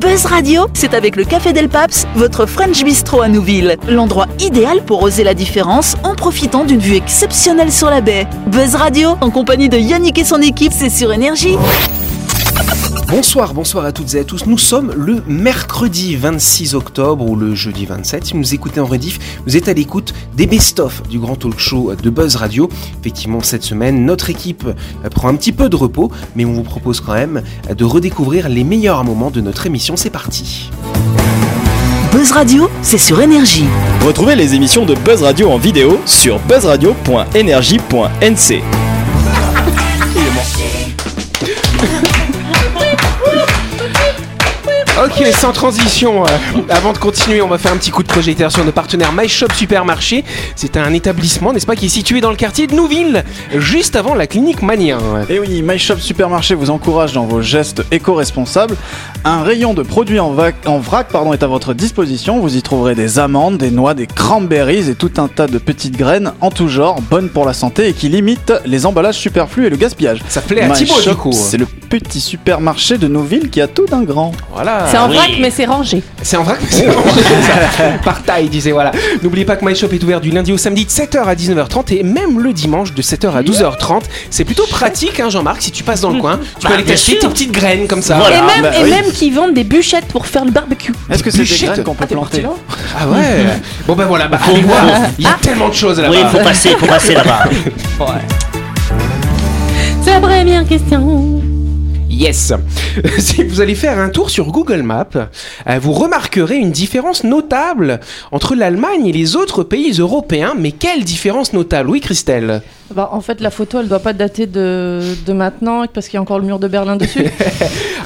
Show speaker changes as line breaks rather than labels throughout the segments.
Buzz Radio, c'est avec le Café Del Paps, votre French Bistro à Nouville. L'endroit idéal pour oser la différence en profitant d'une vue exceptionnelle sur la baie. Buzz Radio, en compagnie de Yannick et son équipe, c'est sur Énergie.
Bonsoir, bonsoir à toutes et à tous. Nous sommes le mercredi 26 octobre ou le jeudi 27. Si vous nous écoutez en rediff, vous êtes à l'écoute des best-of du grand talk show de Buzz Radio. Effectivement, cette semaine, notre équipe euh, prend un petit peu de repos, mais on vous propose quand même euh, de redécouvrir les meilleurs moments de notre émission. C'est parti.
Buzz Radio, c'est sur Énergie.
Retrouvez les émissions de Buzz Radio en vidéo sur buzzradio.energie.nc.
Ok, sans transition, euh, avant de continuer, on va faire un petit coup de projecteur sur nos partenaires My Shop Supermarché. C'est un établissement, n'est-ce pas, qui est situé dans le quartier de Nouville, juste avant la clinique Manien.
Et Eh oui, My Shop Supermarché vous encourage dans vos gestes éco-responsables. Un rayon de produits en, vac- en vrac pardon, est à votre disposition. Vous y trouverez des amandes, des noix, des cranberries et tout un tas de petites graines en tout genre, bonnes pour la santé et qui limitent les emballages superflus et le gaspillage.
Ça plaît à
My
Thibaut,
Shop,
du coup. hein.
c'est le petit supermarché de Nouville qui a tout d'un grand.
Voilà.
C'est en vrac, mais c'est rangé.
C'est en vrac, mais c'est en vrac, ça. Par taille, disait voilà. N'oubliez pas que My Shop est ouvert du lundi au samedi de 7h à 19h30 et même le dimanche de 7h à 12h30. C'est plutôt pratique, hein, Jean-Marc, si tu passes dans le coin, tu peux aller
Mm. Bah, bien
t'acheter
sûr.
tes petites graines comme ça.
Voilà.
et même,
bah
et
oui.
même qui vendent des bûchettes pour faire le barbecue. Ah,
Est-ce que c'est des
Bûchette.
graines qu'on peut planter
Ah ouais. Bon ben voilà, bah, allez voir. il y a tellement de choses là-bas.
Oui, faut passer, faut passer là-bas.
C'est la première question.
Yes. si vous allez faire un tour sur Google Maps, euh, vous remarquerez une différence notable entre l'Allemagne et les autres pays européens. Mais quelle différence notable, oui Christelle
Bah, en fait, la photo, elle doit pas dater de, de maintenant, parce qu'il y a encore le mur de Berlin dessus.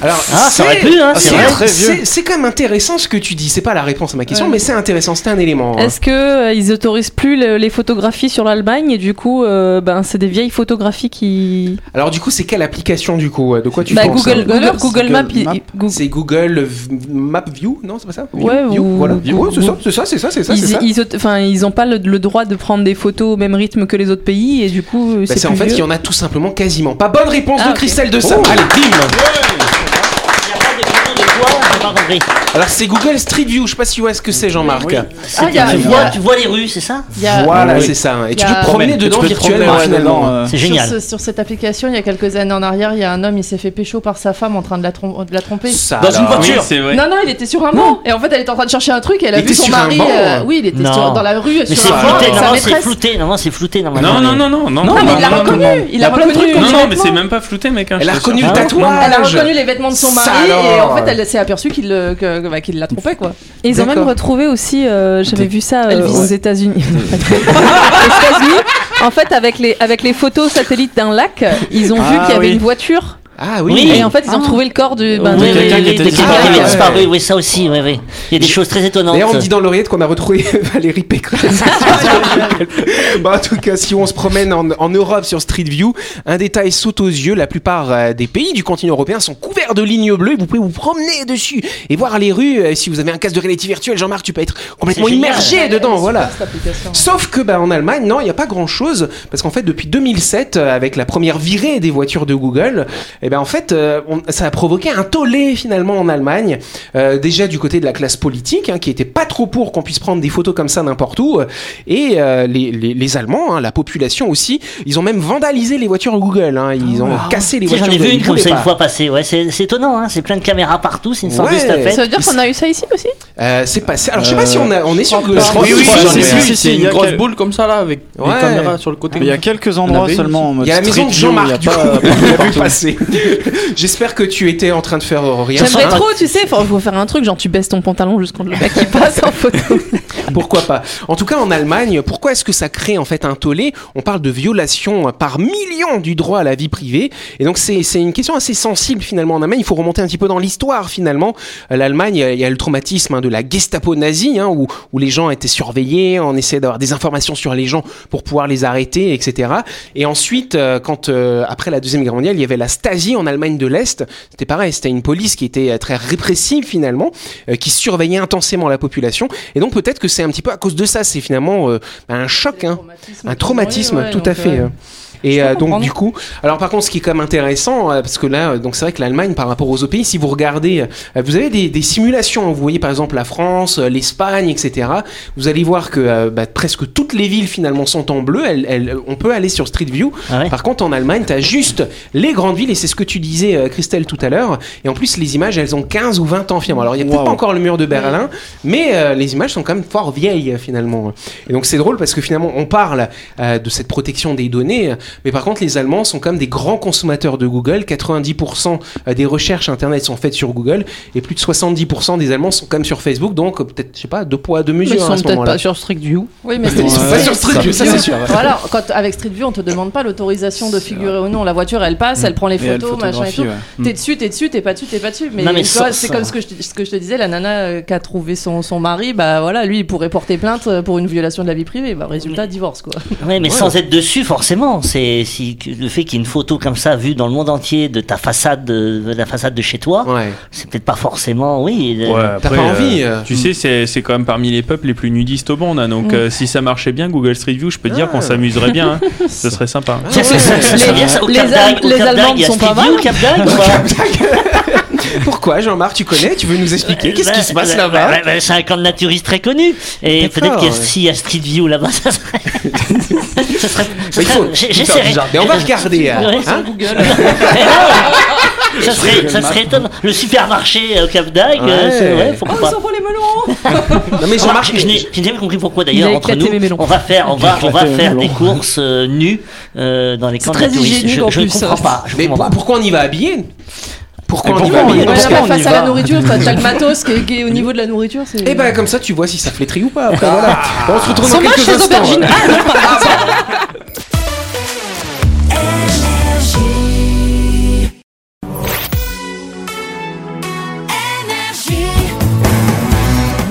Alors,
Ah, ça aurait
c'est-
pu, hein,
c'est-
c'est vrai.
Très vieux.
c'est- C'est quand même intéressant ce que tu dis. C'est pas la réponse à ma question,
Ouais.
mais c'est intéressant. C'est un élément. hein.
Est-ce que euh, ils autorisent plus le- les photographies sur l'Allemagne et du coup, euh, ben c'est des vieilles photographies qui.
Alors du coup, c'est quelle application du coup De quoi tu
Bah,
penses
Google,
hein
Google,
Google,
Google Maps.
Google Maps.
ils- ils- Google-
C'est Google V- Map View, non C'est pas ça View,
Ouais,
View,
ou-
voilà.
View.
Ouais, c'est ça, c'est ça, c'est ça, c'est ça. c'est
Ils,
ça.
ils aut- enfin, ils ont pas le, le droit de prendre des photos au même rythme que les autres pays et du coup, euh,
Bah,
c'est
c'est en
plus
fait qu'il y
vieux.
en a tout simplement quasiment pas. Bonne réponse
Ah,
de
ok.
Christelle de ça. Oh. Allez, bim
Il a pas de photo de quoi J'ai pas compris.
Alors c'est Google Street View, je sais pas si tu vois ce que c'est Jean-Marc.
Ah, il y a-
Tu
il y a-
vois, tu vois les rues, c'est ça
il y a-
Voilà,
Oui.
c'est ça. Et tu
Il y
peux
a-
te promener dedans
Tu peux te
virtuellement
promener, ouais,
finalement.
dedans, euh,
C'est
Sur,
génial.
ce- sur cette application, il y a quelques années en arrière, il y a un homme, il s'est fait pécho par sa femme en train de la, trom- de la tromper.
Ça,
Dans une
alors.
voiture.
c'est vrai.
Non, non, il était sur un banc. Et en fait, elle était en train de chercher un truc et elle a
Il
vu
était
son
sur un
mari. euh,
banc
oui, il était
Non.
sur- dans la rue,
Mais c'est
sur un banc
flouté,
avec sa
normalement c'est
maîtresse.
flouté, normalement c'est flouté, normalement.
Non, non, non, non, non.
Non, mais
non,
il l'a
non, non.
reconnu. Il a reconnu le truc.
Non, non, mais
complètement.
c'est même pas flouté, mec. hein,
Elle
je
a
te
reconnu
jure.
le tatouage.
Elle a reconnu les vêtements de son
Ça
mari et
alors.
en fait elle s'est aperçue qu'il le- que- que- bah, qu'il l'a trompé quoi.
Et Ils ont même
D'accord.
retrouvé aussi, euh, j'avais vu ça euh,
Elvis.
aux États-Unis. Aux États-Unis, en fait, avec les avec les photos satellites d'un lac, ils ont vu
Ah
qu'il y avait
oui.
une voiture.
Ah oui.
Oui.
Et en fait, ils ont trouvé le corps de, ben,
oui,
de-
oui,
quelqu'un
oui,
qui était
de quelqu'un qui
disparu.
avait
Ah,
disparu,
ouais.
oui, ça aussi, oui, oui. Il y a des choses très étonnantes.
D'ailleurs, on me dit dans l'oreillette qu'on a retrouvé Valérie Pécresse. Bon, en tout cas, si on se promène en, en Europe sur Street View, un détail saute aux yeux la plupart euh, des pays du continent européen sont couverts de lignes bleues. Vous pouvez vous promener dessus et voir les rues. Euh, Si vous avez un casque de réalité virtuelle, Jean-Marc, tu peux être complètement
C'est génial.
immergé dedans. Voilà.
Cette application.
Sauf que bah, en Allemagne, non, il n'y a pas grand-chose parce qu'en fait depuis 2007, euh, avec la première virée des voitures de Google, eh ben en fait euh, on- ça a provoqué un tollé finalement en Allemagne, Euh, déjà du côté de la classe politique hein, qui était pas trop pour qu'on puisse prendre des photos comme ça n'importe où, et euh, les, les- les Allemands, hein, la population aussi, ils ont même vandalisé les voitures Google, hein. ils ont cassé les
Si,
voitures.
Ah j'en ai vu
Google,
une
ils
comme ça
voulaient
une
pas.
fois passer. Ouais, c'est c'est étonnant, hein. C'est plein de caméras partout, c'est une sorte
Ouais.
de
Ça
stafette.
veut dire qu'on a eu ça ici aussi
Euh, c'est passé. Alors je sais pas si on, a- on est sur Google.
pas.
Street
Oui,
View,
oui,
j'en ai
oui,
vu.
oui.
C'est
si, si,
c'est
il y a
une grosse
quel-
boule comme ça là, avec des
Ouais.
caméras sur le côté.
euh. Il y a quelques
On
endroits
avait une
seulement en mode
Il y a la
Street
maison de
View, il y a
Jean-Marc du
pas,
coup,
euh,
on l'a vu passer. J'espère que tu étais en train de faire euh, rien. Hein,
J'aimerais
sent un-
trop, tu sais, faut, faut faire un truc, genre tu baisses ton pantalon jusqu'au mec qui passe en photo.
Pourquoi pas En tout cas, en Allemagne, pourquoi est-ce que ça crée en fait un tollé On parle de violation par millions du droit à la vie privée. Et donc, c'est c'est une question assez sensible finalement en Allemagne. Il faut remonter un petit peu dans l'histoire finalement. Euh, L'Allemagne, euh, il y a le traumatisme hein, de la Gestapo nazie, hein, où, où les gens étaient surveillés, on essayait d'avoir des informations sur les gens pour pouvoir les arrêter, etc. Et ensuite, euh, quand euh, après la deuxième guerre mondiale, il y avait la Stasi en Allemagne de l'Est. C'était pareil, c'était une police qui était euh, très répressive finalement, euh, qui surveillait intensément la population. Et donc peut-être que c'est un petit peu à cause de ça. C'est finalement euh, un choc, hein. un traumatisme,
Ouais, ouais,
tout
donc,
à fait.
euh,
euh. Et
peux
euh, donc
comprendre.
du coup, alors par contre, ce qui est quand même intéressant, euh, parce que là, euh, donc c'est vrai que l'Allemagne, par rapport aux autres pays, si vous regardez, euh, vous avez des, des simulations. hein. Vous voyez par exemple la France, euh, l'Espagne, etc. Vous allez voir que euh, bah, presque toutes les villes finalement sont en bleu. Elles- elles- on peut aller sur Street View.
Ah ouais
Par contre, en Allemagne, tu as juste les grandes villes, et c'est ce que tu disais, euh, Christelle, tout à l'heure. Et en plus, les images, elles ont 15 ou 20 ans, finalement. Alors, il n'y a peut-être
Waouh.
pas encore le mur de Berlin, mais euh, les images sont quand même fort vieilles, euh, finalement. Et donc, c'est drôle parce que finalement, on parle euh, de cette protection des données, euh, mais par contre, les Allemands sont quand même des grands consommateurs de Google. 90% euh, des recherches Internet sont faites sur Google, et plus de 70% des Allemands sont quand même sur Facebook, donc euh, peut-être, je sais pas, deux poids, deux
Mais
mesures
ils
hein, à
sont
ce
peut-être
moment-là.
pas sur Strict View.
Oui, mais
Ils
c'est
sont
Ouais,
pas sur Street View, ça c'est sûr.
Voilà, quand, avec Street View, on te demande pas l'autorisation de figurer ou non. La voiture, elle passe,
Mm.
elle prend les
Et elle
photos, machin et
photographie,
tout.
ouais.
Mm.
T'es dessus, t'es dessus, t'es pas dessus, t'es pas dessus. Mais,
Non, mais
tu vois,
ça-
c'est
ça-
comme ce que, je, te- ce que je te disais, la nana euh, qui a trouvé son, son mari, bah voilà, lui, il pourrait porter plainte euh, pour une violation de la vie privée. Bah,
Mm.
résultat, divorce, quoi.
Ouais, mais sans être dessus, forcément. C'est si le fait qu'il y ait une photo comme ça vue dans le monde entier de ta façade, de, de la façade de chez toi,
Ouais.
c'est peut-être pas forcément, oui. le-
T'as pas envie euh,
Tu sais, c'est c'est quand même parmi les peuples les plus nudistes au monde. hein. donc, euh, si ça marchait bien, Google Street View, je peux te dire qu'on s'amuserait bien. hein. Ce serait sympa.
Ah
Tiens, c'est- c'est- c'est-
Les-
bien ça, au
les
Cap
Al-
d'Agde, au
les
Cap
Allemands
d'Agde, il y a
ne sont pas
Street View,
mal.
au Cap d'Agde, ou pas
Pourquoi, Jean-Marc, tu connais Tu veux nous expliquer Qu'est-ce qui se passe
Ouais,
là-bas
ouais, ouais, C'est un camp de naturistes très connu. Et
D'accord,
peut-être qu'il y a-
ouais.
s'il y a Street View là-bas, ça serait. ça serait. ça
Mais il
serait-
faut
j'ai-
faire
j'essaierai.
du jardin. On va regarder. hein.
Ouais, Eh
Hein
ça serait, ça serait étonnant. Le supermarché au Cap d'Agde, euh,
Ouais.
c'est vrai,
Ah,
pourquoi
les
pas.
hein.
melons
non mais
Remarque,
Jean-Marc,
je n'ai je n'ai jamais compris pourquoi d'ailleurs
Il a
entre
éclaté
nous
mes melons.
on va faire on va on va
éclaté mes
faire
melons.
des courses euh, nues euh, dans les camps de
très
naturistes.
hygiénique,
je,
en
je
plus,
comprends
ça.
pas je
mais
comprends
pour-
pas
pourquoi on y va habillé Pourquoi
Mais
on y
pourquoi
va
on y
habillé
va
Parce que-
qu'on
face
y
à
va
la nourriture, t'as t'as le matos qui est, qui est au niveau de la nourriture. c'est-
Eh ben comme ça tu vois si ça flétrit ou pas.
Ah.
Après, voilà. Bon, on se retrouve dans
Sont moches,
quelques
ces
instants.
aubergines.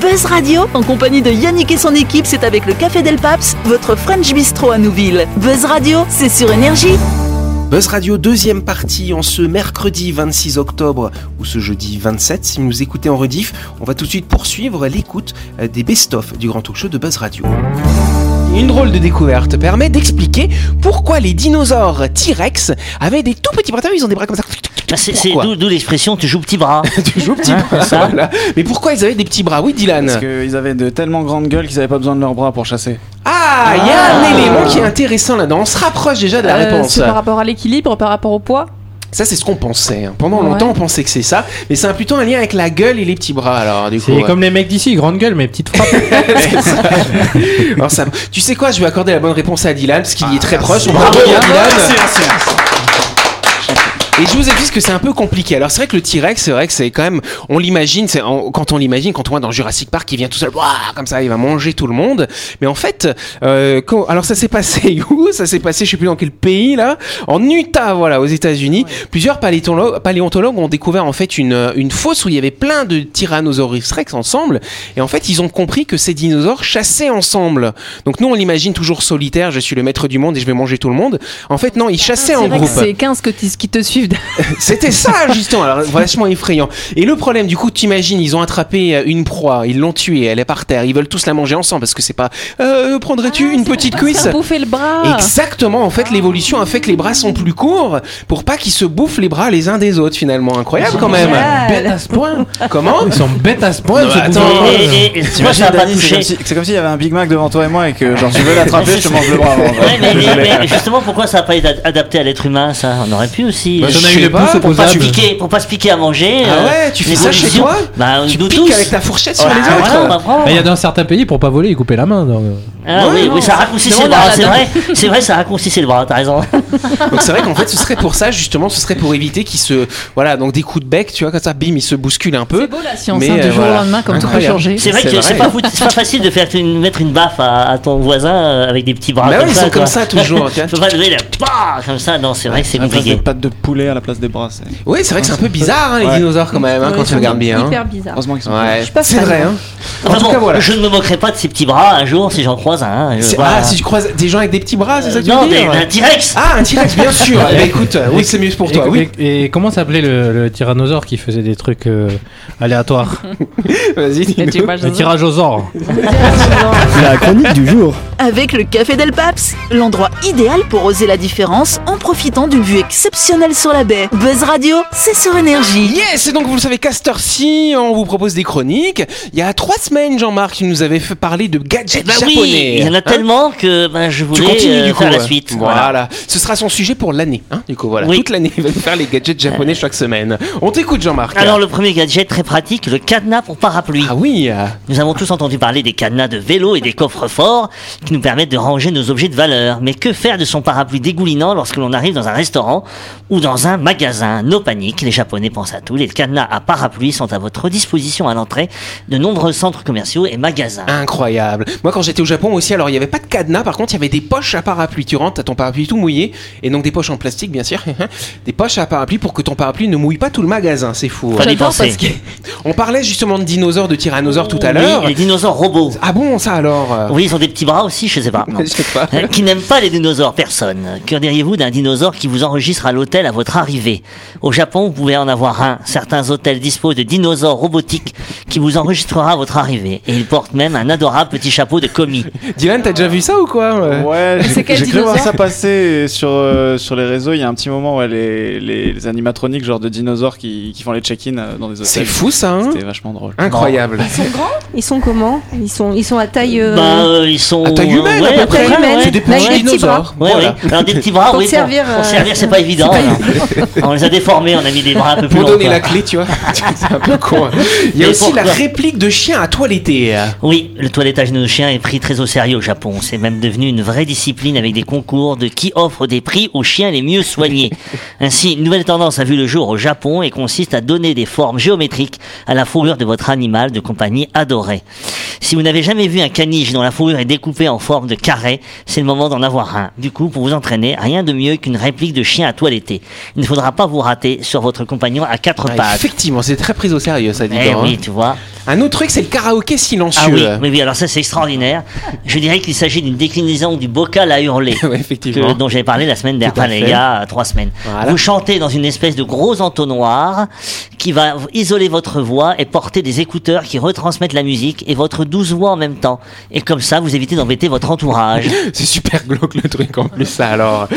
Buzz Radio, en compagnie de Yannick et son équipe, c'est avec le Café Del Paps, votre French Bistro à Nouville. Buzz Radio, c'est sur Énergie.
Buzz Radio deuxième partie en ce mercredi 26 octobre ou ce jeudi 27 si vous nous écoutez en rediff, on va tout de suite poursuivre l'écoute euh, des best-of du grand talk show de Buzz Radio. Une drôle de découverte permet d'expliquer pourquoi les dinosaures T-Rex avaient des tout petits bras. T'as vu, ils ont des bras comme ça.
Bah, c'est c'est
Pourquoi
d'où d'où l'expression tu joues petit bras
tu joues petit
Hein,
bras,
c'est ça
voilà. Mais pourquoi ils avaient des petits bras Oui, Dylan.
Parce qu'ils avaient de tellement grandes gueules qu'ils n'avaient pas besoin de leurs bras pour chasser.
Ah, il y a
Ah.
un élément qui est intéressant là-dedans. On se rapproche déjà de la
Euh,
réponse.
c'est par rapport à l'équilibre, par rapport au poids.
Ça, c'est ce qu'on pensait. hein. Pendant
Ouais.
longtemps, on pensait que c'est ça. Mais c'est un- plutôt un lien avec la gueule et les petits bras. Alors, du coup,
C'est
ouais.
comme les mecs d'ici, grande gueule, mais petite frappe.
Alors, ça- tu sais quoi Je vais accorder la bonne réponse à Dylan parce qu'il y est très proche. On
Ah, Bravo,
va bien, Dylan.
Merci, merci, merci.
Et je vous ai dit que c'est un peu compliqué. Alors c'est vrai que le T-Rex, c'est vrai que c'est quand même, on l'imagine, c'est en- quand on l'imagine, quand on voit dans Jurassic Park, il vient tout seul, ouah, comme ça, il va manger tout le monde. Mais en fait, euh, quand- alors ça s'est passé où Ça s'est passé, je sais plus dans quel pays là, en Utah, voilà, aux États-Unis. Plusieurs paléontolo- paléontologues ont découvert en fait une une fosse où il y avait plein de Tyrannosaurus Rex ensemble. Et en fait, ils ont compris que ces dinosaures chassaient ensemble. Donc nous, on l'imagine toujours solitaire, je suis le maître du monde et je vais manger tout le monde. En fait, non, ils chassaient en
C'est vrai que
groupe.
c'est 15 que t- qui te suivent.
C'était ça, justement. Alors, vachement effrayant. Et le problème, du coup, t'imagines, ils ont attrapé euh, une proie, ils l'ont tuée, elle est par terre, ils veulent tous la manger ensemble parce que c'est pas. Euh, prendrais-tu une petite cuisse
Ah, Ça bouffer le bras.
Exactement, en fait, l'évolution a fait que les bras sont plus courts pour pas qu'ils se bouffent les bras les uns des autres, finalement. Incroyable quand même.
bêtes à ce point.
Comment
Ils sont bêtes à ce point.
Non,
ce
attends,
bourgeois.
et, et- et tu vois
Imagine,
ça n'a pas
Dany, c'est
touché
comme si- c'est comme s'il y avait un Big Mac devant toi et moi et que genre tu veux l'attraper, je te mange le bras avant. genre.
Ouais, mais, mais- mais justement pourquoi ça n'a pas été ad- adapté à l'être humain ça on aurait pu aussi
Bah,
euh,
t'en as
je
eu
sais
les
pas,
pouces
pour
pour pas se
opposables.
piquer pour pas se piquer à manger
Ah
euh,
ouais, tu fais ça chez
l'évolution.
toi
bah
Tu
nous
piques
tous
avec ta fourchette sur
Ouais,
les
voilà, on va
autres.
prendre.
Mais Bah, il y a dans certains pays, pour pas voler, ils coupaient la main. donc, euh.
Ah
Ouais,
oui,
non,
oui, ça raccourcissait le
Demande à
bras,
la
c'est
dame.
vrai. C'est vrai, ça raccourcissait le bras, t'as raison.
Donc c'est vrai qu'en fait, ce serait pour ça, justement, ce serait pour éviter qu'ils se. Voilà, donc des coups de bec, tu vois, comme ça, bim, ils se bousculent un peu.
C'est beau la science,
Mais,
hein,
euh,
du jour
voilà.
au lendemain, comme tout peut
Incroyable.
changer.
C'est vrai
C'est
que c'est
vrai.
pas, fou- c'est pas facile de faire une, mettre une baffe à, à ton voisin euh, avec des petits bras
Bah
comme
ouais, ils
ça.
sont comme
quoi.
ça toujours. tu vois.
Tu peux pas lever la bah, comme ça, non, c'est vrai que c'est
À la place des
compliqué.
pattes de poulet à la place des bras. c'est-
Oui, c'est vrai que c'est un peu bizarre hein, les
Ouais.
dinosaures quand même hein, quand tu regardes bien. hein.
Hyper bizarre.
Heureusement qu'ils sont
Ouais,
suis pas
c'est
fan,
vrai. Hein. En
Enfin
tout
bon,
cas, voilà.
je ne me moquerai pas de ces petits bras un jour si j'en croise croise un. hein, je-
C'est-
voilà.
Ah, si je croise des gens avec des petits bras, c'est ça que tu
non,
veux
mais
dire
un T-Rex
Ah, un T-Rex, bien sûr. Eh ben, écoute, oui, c'est mieux pour toi.
Et-
Oui,
Et, et comment s'appelait le, le tyrannosaure qui faisait des trucs euh, aléatoires
vas-y. dis-nous.
Le tyrannosaure.
La chronique du jour.
Avec le Café Del Paps, l'endroit idéal pour oser la différence en profitant d'une vue exceptionnelle sur la baie. Buzz Radio, c'est sur énergie.
Yes, et donc vous le savez, Caster si on vous propose des chroniques. Il y a trois semaines, Jean-Marc, tu nous avais fait parler de gadgets
Eh ben
japonais.
oui, il y en a
Hein
tellement que ben, je
Tu
voulais
continues
euh,
du coup.
faire la
ouais.
suite.
Voilà. ce sera son sujet pour l'année. Hein, du coup, voilà,
Oui. Euh.
toute l'année, il va nous faire les gadgets japonais chaque semaine. On t'écoute, Jean-Marc.
Alors le premier gadget très pratique, le cadenas pour parapluie.
ah oui, euh,
Nous avons tous entendu parler des cadenas de vélo et des coffres forts qui nous permettent de ranger nos objets de valeur. Mais que faire de son parapluie dégoulinant lorsque l'on arrive dans un restaurant ou dans un magasin No panique, les Japonais pensent à tout. Les cadenas à parapluie sont à votre disposition à l'entrée de nombreux centres commerciaux et magasins.
incroyable. Moi, quand j'étais au Japon aussi, alors il n'y avait pas de cadenas, par contre, il y avait des poches à parapluie. Tu rentres, t'as ton parapluie tout mouillé, et donc des poches en plastique, bien sûr, des poches à parapluie pour que ton parapluie ne mouille pas tout le magasin. C'est fou.
Fallait
J'adore
penser.
parce que-
On parlait justement de dinosaures, de tyrannosaures tout à
Oui,
l'heure.
les dinosaures robots.
Ah bon, ça alors euh,
Oui, ils ont des petits bras aussi, je sais pas.
Je sais pas.
Euh, qui n'aime pas les dinosaures, personne. Que diriez-vous d'un dinosaure qui vous enregistre à l'hôtel à votre arrivée Au Japon, vous pouvez en avoir un. Certains hôtels disposent de dinosaures robotiques qui vous enregistrera à votre arrivée. Et il porte même un adorable petit chapeau de commis.
Dylan, t'as déjà vu ça ou quoi euh
Ouais, j'ai
C'est quel
j'ai cru voir
dinosaure
ça passer sur, euh, sur les réseaux. Il y a un petit moment, ouais, les, les, les animatroniques, genre de dinosaures qui, qui font les check-in euh, dans des hôtels.
C'est fou ça, hein
C'était vachement drôle.
Incroyable.
Ils sont comment ils sont, ils sont à taille. euh,
Bah, euh, ils sont...
À taille humaine,
ouais,
à peu
à peu
près,
ouais.
c'est
Des
Là, il
petits
y a des petits
dinosaures.
Ouais,
Voilà.
oui. Alors des petits bras,
Pour
oui.
te servir,
pour,
euh,
servir, c'est pas évident. hein. on les a déformés, on a mis des bras un peu plus
Pour
longs.
donner
quoi.
la clé, tu vois. C'est un peu con. hein. Il y a
Mais
aussi la
pourquoi
réplique de chien à toiletter.
Oui, le toilettage de nos chiens est pris très au sérieux au Japon. C'est même devenu une vraie discipline avec des concours de qui offre des prix aux chiens les mieux soignés. Ainsi, une nouvelle tendance a vu le jour au Japon et consiste à donner des formes géométriques à la fourrure de votre animal de compagnie adoré. Si vous n'avez jamais vu un caniche dont la fourrure est découpée en forme de carré, c'est le moment d'en avoir un. Du coup, pour vous entraîner, rien de mieux qu'une réplique de chien à toiletter. Il ne faudra pas vous rater sur votre compagnon à quatre
Ah,
pattes.
effectivement, c'est très pris au sérieux, ça dit.
Eh
donc,
oui,
hein.
tu vois.
Un autre truc, c'est le karaoké silencieux.
Ah oui, oui, oui, alors ça c'est extraordinaire. Je dirais qu'il s'agit d'une déclinaison du bocal à hurler.
Ouais,
que-
effectivement.
dont j'avais parlé la semaine dernière,
à
enfin,
fait.
il y a euh, trois semaines.
Voilà.
Vous chantez dans une espèce de gros entonnoir qui va isoler votre voix et porter des écouteurs qui retransmettent la musique et votre douce voix en même temps. Et comme ça, vous évitez d'embêter votre entourage.
C'est super glauque le truc en plus, ça alors.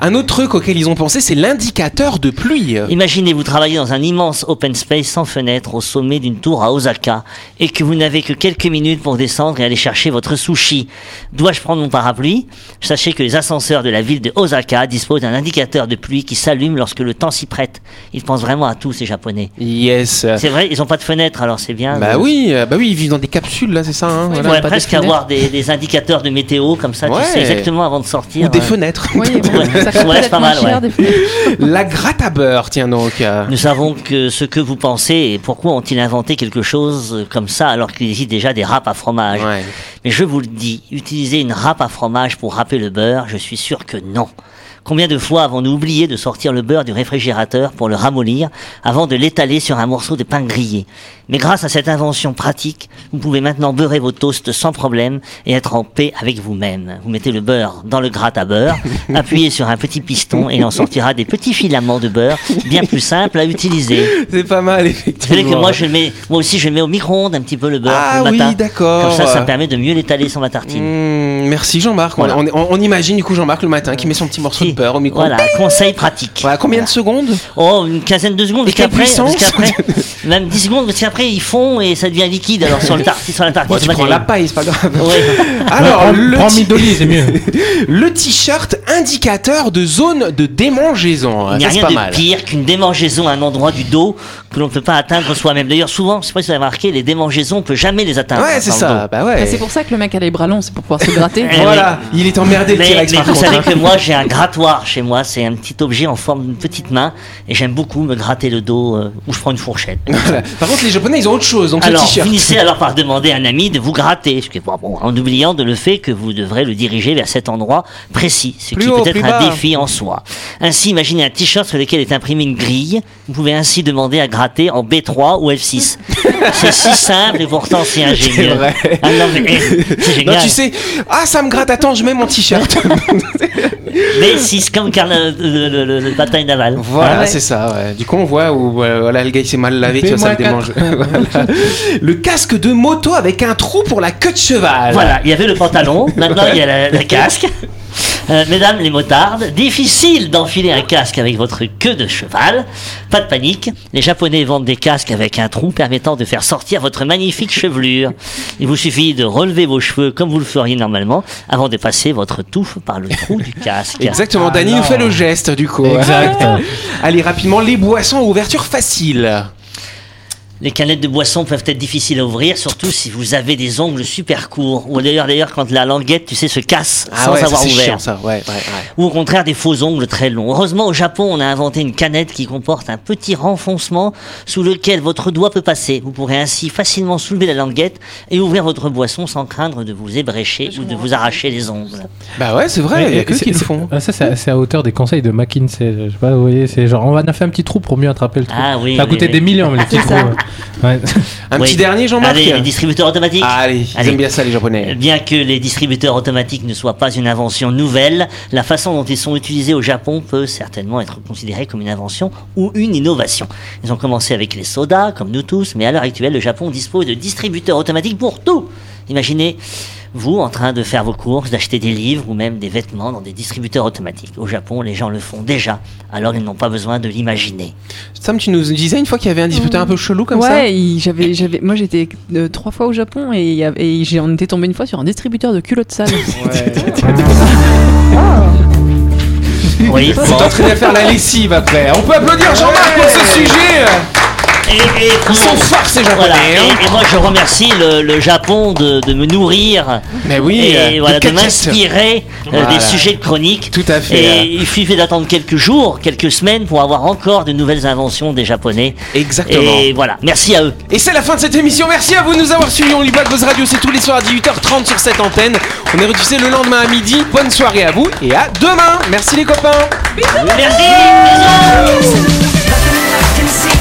Un autre truc auquel ils ont pensé, c'est l'indicateur de pluie.
Imaginez vous travaillez dans un immense open space sans fenêtre au sommet d'une tour à Osaka et que vous n'avez que quelques minutes pour descendre et aller chercher votre sushi. Dois-je prendre mon parapluie Sachez que les ascenseurs de la ville de Osaka disposent d'un indicateur de pluie qui s'allume lorsque le temps s'y prête. Ils pensent vraiment à tout ces japonais.
Yes.
C'est vrai, ils ont pas de fenêtre alors c'est bien.
Bah
de-
oui, euh, bah oui, ils vivent dans des capsules là, c'est ça. hein,
On
voilà, pas
pourrait
des
presque
fenêtres.
avoir des, des indicateurs de météo comme ça,
Ouais.
tu sais exactement avant de sortir.
Ou des
euh.
fenêtres.
Oui, bon, ça coûte
Ouais,
peut-être
c'est pas
moins
mal, ouais.
cher, des fois.
La gratte à beurre, tiens donc. euh.
Nous savons que ce que vous pensez et pourquoi ont-ils inventé quelque chose comme ça alors qu'il existe déjà des râpes à fromage.
Ouais.
Mais je vous le dis, utiliser une râpe à fromage pour râper le beurre, je suis sûr que non. Combien de fois avons-nous oublié de sortir le beurre du réfrigérateur pour le ramollir avant de l'étaler sur un morceau de pain grillé Mais grâce à cette invention pratique, vous pouvez maintenant beurrer vos toasts sans problème et être en paix avec vous-même. Vous mettez le beurre dans le gratte à beurre, appuyez sur un petit piston et il en sortira des petits filaments de beurre bien plus simples à utiliser.
C'est pas mal,
Vous savez
effectivement.
que moi, je le mets, moi aussi, je le mets au micro-ondes un petit peu le beurre
Ah
le
oui,
matin.
d'accord.
Comme ça, ça me permet de mieux l'étaler sur ma tartine.
Mmh, merci Jean-Marc. On-
Voilà.
On, on- on imagine du coup Jean-Marc le matin qui met son petit morceau de beurre au micro.
Voilà, conseil pratique.
Voilà, combien de secondes
Oh, une quinzaine de secondes,
Et
parce qu'après,
quelle
parce
puissance
qu'après, même 10 secondes, parce qu'après, ils font et ça devient liquide. Alors, sur, le tartine, sur la tartine,
Bon, Tu
c'est
prends
pas
la paille, c'est pas grave.
terrible. Ouais.
Ah, Alors,
prends,
le,
prends
ti-
Midoli, c'est mieux.
le t-shirt indicateur de zone de démangeaison.
Il n'y a
Ça, c'est
rien
pas
de
mal.
pire qu'une démangeaison à un endroit du dos que l'on ne peut pas atteindre soi-même. D'ailleurs, souvent, je sais pas si vous avez remarqué, les démangeaisons, on peut jamais les atteindre.
Ouais, c'est
dans le
ça. Bah ouais.
Bah, C'est pour ça que le mec a les bras longs, c'est pour pouvoir se gratter.
Eh
Voilà, il est emmerdé le
mais,
T-Rex
mais
par
vous
contre.
savez
hein.
que moi j'ai un grattoir chez moi, c'est un petit objet en forme d'une petite main et j'aime beaucoup me gratter le dos euh, ou je prends une fourchette.
Voilà. Par contre, les Japonais, ils ont autre chose. Donc,
Alors
le t-shirt.
finissez alors par demander à un ami de vous gratter, ce qui est pas bon, en oubliant de le fait que vous devrez le diriger vers cet endroit précis, ce
Plus
qui
haut,
peut être
plus
un
bas.
défi en soi. Ainsi, imaginez un t-shirt sur lequel est imprimée une grille. Vous pouvez ainsi demander à gratter en B3 ou F6. C'est si simple et pourtant si ingénieux.
C'est vrai.
Ah non, mais, eh, c'est
Non,
génial.
tu sais, ah, ça me gratte, attends, je mets mon t-shirt.
Mais si c'est comme Karl, euh, le, le- le- le bataille navale.
Voilà, c'est ça. ouais. Du coup, on voit où euh, voilà, le gars il s'est mal lavé, tu vois, ça le démange.
B-4.
Voilà. Le casque de moto avec un trou pour la queue de cheval.
Voilà, il y avait le pantalon, maintenant il y a la- le casque. Euh, mesdames les motardes, difficile d'enfiler un casque avec votre queue de cheval. Pas de panique, les Japonais vendent des casques avec un trou permettant de faire sortir votre magnifique chevelure. Il vous suffit de relever vos cheveux comme vous le feriez normalement avant de passer votre touffe par le trou du casque.
Exactement, Dany nous fait le geste du coup.
Exact.
Allez, rapidement, les boissons à ouverture facile.
Les canettes de boisson peuvent être difficiles à ouvrir, surtout si vous avez des ongles super courts. Ou d'ailleurs, d'ailleurs, quand la languette, tu sais, se casse
Ah
sans
ouais, ça,
avoir
c'est
ouvert.
chiant, ça. Ouais, ouais, ouais.
ou au contraire des faux ongles très longs. Heureusement, au Japon, on a inventé une canette qui comporte un petit renfoncement sous lequel votre doigt peut passer. Vous pourrez ainsi facilement soulever la languette et ouvrir votre boisson sans craindre de vous ébrécher ou de vous arracher les ongles.
Bah ouais, c'est vrai,
Mais,
il y a
euh,
que
c'est-
qui le
c'est-
font.
ah, ça, c'est à, c'est à hauteur des conseils de McKinsey. Je sais pas, vous voyez, c'est genre, on va en faire un petit trou pour mieux attraper le trou.
Ah oui,
ça a
oui,
coûté
oui.
des millions, mais les petits
C'est
trous.
ça.
ouais.
Un
Oui.
petit dernier, Jean-Marc Ah,
Allez, les distributeurs automatiques.
Allez, ils
Allez.
aiment bien ça, les Japonais.
Euh, Bien que les distributeurs automatiques ne soient pas une invention nouvelle, la façon dont ils sont utilisés au Japon peut certainement être considérée comme une invention ou une innovation. Ils ont commencé avec les sodas, comme nous tous, mais à l'heure actuelle, le Japon dispose de distributeurs automatiques pour tout. Imaginez vous en train de faire vos courses, d'acheter des livres ou même des vêtements dans des distributeurs automatiques. Au Japon, les gens le font déjà, alors ils n'ont pas besoin de l'imaginer.
Sam, tu nous disais une fois qu'il y avait un disputé un peu chelou comme ça
ouais, il- j'avais, j'avais, moi j'étais euh, trois fois au Japon et, il y avait- et j'ai- on était tombé une fois sur un distributeur de culottes sales.
Oui,
Vous t'entraînez à faire la lessive après. On peut applaudir Jean-Marc pour ce sujet.
Et, et-
Ils sont forts, ces Japonais,
Voilà.
hein.
Et, et moi je remercie le, le Japon de, de me nourrir
Mais oui, euh,
et voilà, de
Pocket.
m'inspirer euh,
Voilà.
des sujets de chronique.
Tout à fait. hein.
Et il suffit d'attendre quelques jours, quelques semaines pour avoir encore de nouvelles inventions des Japonais.
Exactement.
Et voilà, merci à eux.
Et c'est la fin de cette émission. Merci à vous de nous avoir suivis. On lit pas de Buzz Radio, c'est tous les soirs à 18h30 sur cette antenne. On est rediffusé le lendemain à midi. Bonne soirée à vous et à demain. Merci les copains.
Merci.